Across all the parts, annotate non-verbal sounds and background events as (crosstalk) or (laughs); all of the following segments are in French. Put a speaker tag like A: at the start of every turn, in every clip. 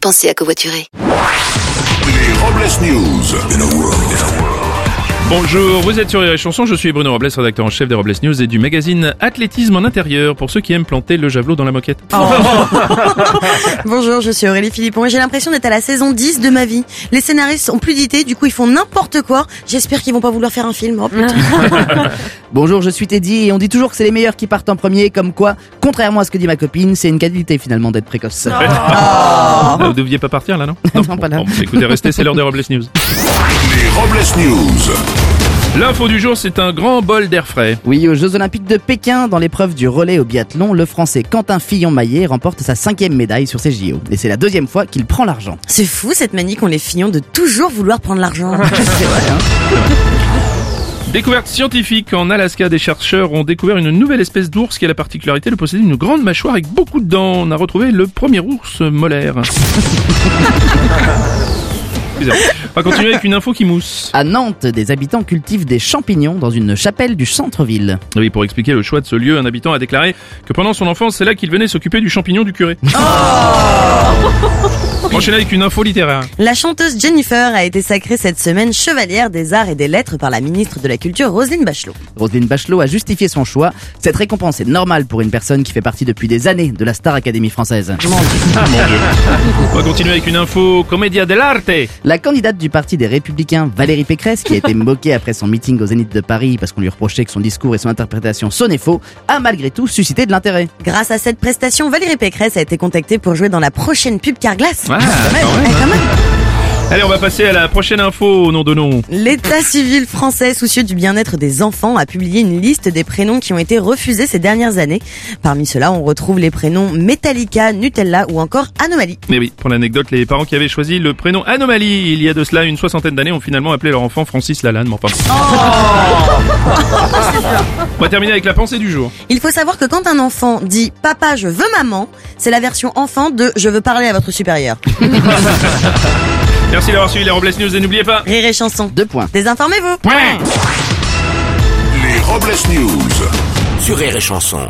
A: Pensez à covoiturer.
B: Les Robles News.
C: Bonjour, vous êtes sur les chansons, je suis Bruno Robles, rédacteur en chef des Robles News et du magazine Athlétisme en intérieur pour ceux qui aiment planter le javelot dans la moquette.
D: Oh.
E: Bonjour, je suis Aurélie Philippon et j'ai l'impression d'être à la saison 10 de ma vie. Les scénaristes ont plus d'idées, du coup ils font n'importe quoi. J'espère qu'ils vont pas vouloir faire un film. Oh, putain.
D: Bonjour, je suis Teddy et on dit toujours que c'est les meilleurs qui partent en premier, comme quoi, contrairement à ce que dit ma copine, c'est une qualité finalement d'être précoce. Ah.
C: Euh, Vous deviez pas partir là, non
D: (laughs) Non, pas là.
C: Bon, bah, écoutez, restez, c'est l'heure des Robles News.
B: Les Robles News.
C: L'info du jour, c'est un grand bol d'air frais.
D: Oui, aux Jeux Olympiques de Pékin, dans l'épreuve du relais au biathlon, le Français Quentin Fillon-Maillet remporte sa cinquième médaille sur ses JO. Et c'est la deuxième fois qu'il prend l'argent.
E: C'est fou cette manie qu'ont les fillons de toujours vouloir prendre l'argent.
D: hein.
C: Découverte scientifique, en Alaska, des chercheurs ont découvert une nouvelle espèce d'ours qui a la particularité de posséder une grande mâchoire avec beaucoup de dents. On a retrouvé le premier
D: (laughs)
C: ours molaire. Excusez-moi. On va continuer avec une info qui mousse.
D: À Nantes, des habitants cultivent des champignons dans une chapelle du centre-ville.
C: Oui, pour expliquer le choix de ce lieu, un habitant a déclaré que pendant son enfance, c'est là qu'il venait s'occuper du champignon du curé. (laughs) Enchaîné avec une info littéraire.
E: La chanteuse Jennifer a été sacrée cette semaine chevalière des arts et des lettres par la ministre de la Culture Roselyne Bachelot.
D: Roselyne Bachelot a justifié son choix. Cette récompense est normale pour une personne qui fait partie depuis des années de la Star Academy française.
C: On va continuer avec une info comédia dell'arte.
D: La candidate du parti des Républicains, Valérie Pécresse, qui a été moquée après son meeting au Zénith de Paris parce qu'on lui reprochait que son discours et son interprétation sonnaient faux, a malgré tout suscité de l'intérêt.
E: Grâce à cette prestation, Valérie Pécresse a été contactée pour jouer dans la prochaine pub Carglass.
C: Ah,
E: Ouais,
C: quand même.
E: ouais, quand même.
C: Allez, on va passer à la prochaine info, nom de nom.
E: L'État civil français, soucieux du bien-être des enfants, a publié une liste des prénoms qui ont été refusés ces dernières années. Parmi ceux-là, on retrouve les prénoms Metallica, Nutella ou encore Anomalie.
C: Mais Eh oui, pour l'anecdote, les parents qui avaient choisi le prénom Anomalie il y a de cela une soixantaine d'années ont finalement appelé leur enfant Francis Lalanne, mais enfin. Oh On va terminer avec la pensée du jour.
E: Il faut savoir que quand un enfant dit « Papa, je veux maman », c'est la version enfant de « Je veux parler à votre supérieur
C: Merci d'avoir suivi les Robles News et n'oubliez pas. ».
E: Rire et chanson.
D: Deux points.
E: Désinformez-vous
B: Les Robles News.
F: Sur Rire et Chanson.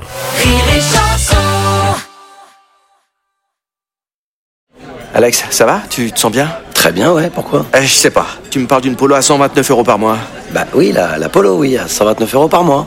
G: Alex, ça va Tu te sens bien
F: Très bien, ouais, pourquoi
G: Eh, Je sais pas. Tu me parles d'une polo à 129 euros par mois.
F: Bah oui, la, la polo, oui, à 129 euros par mois.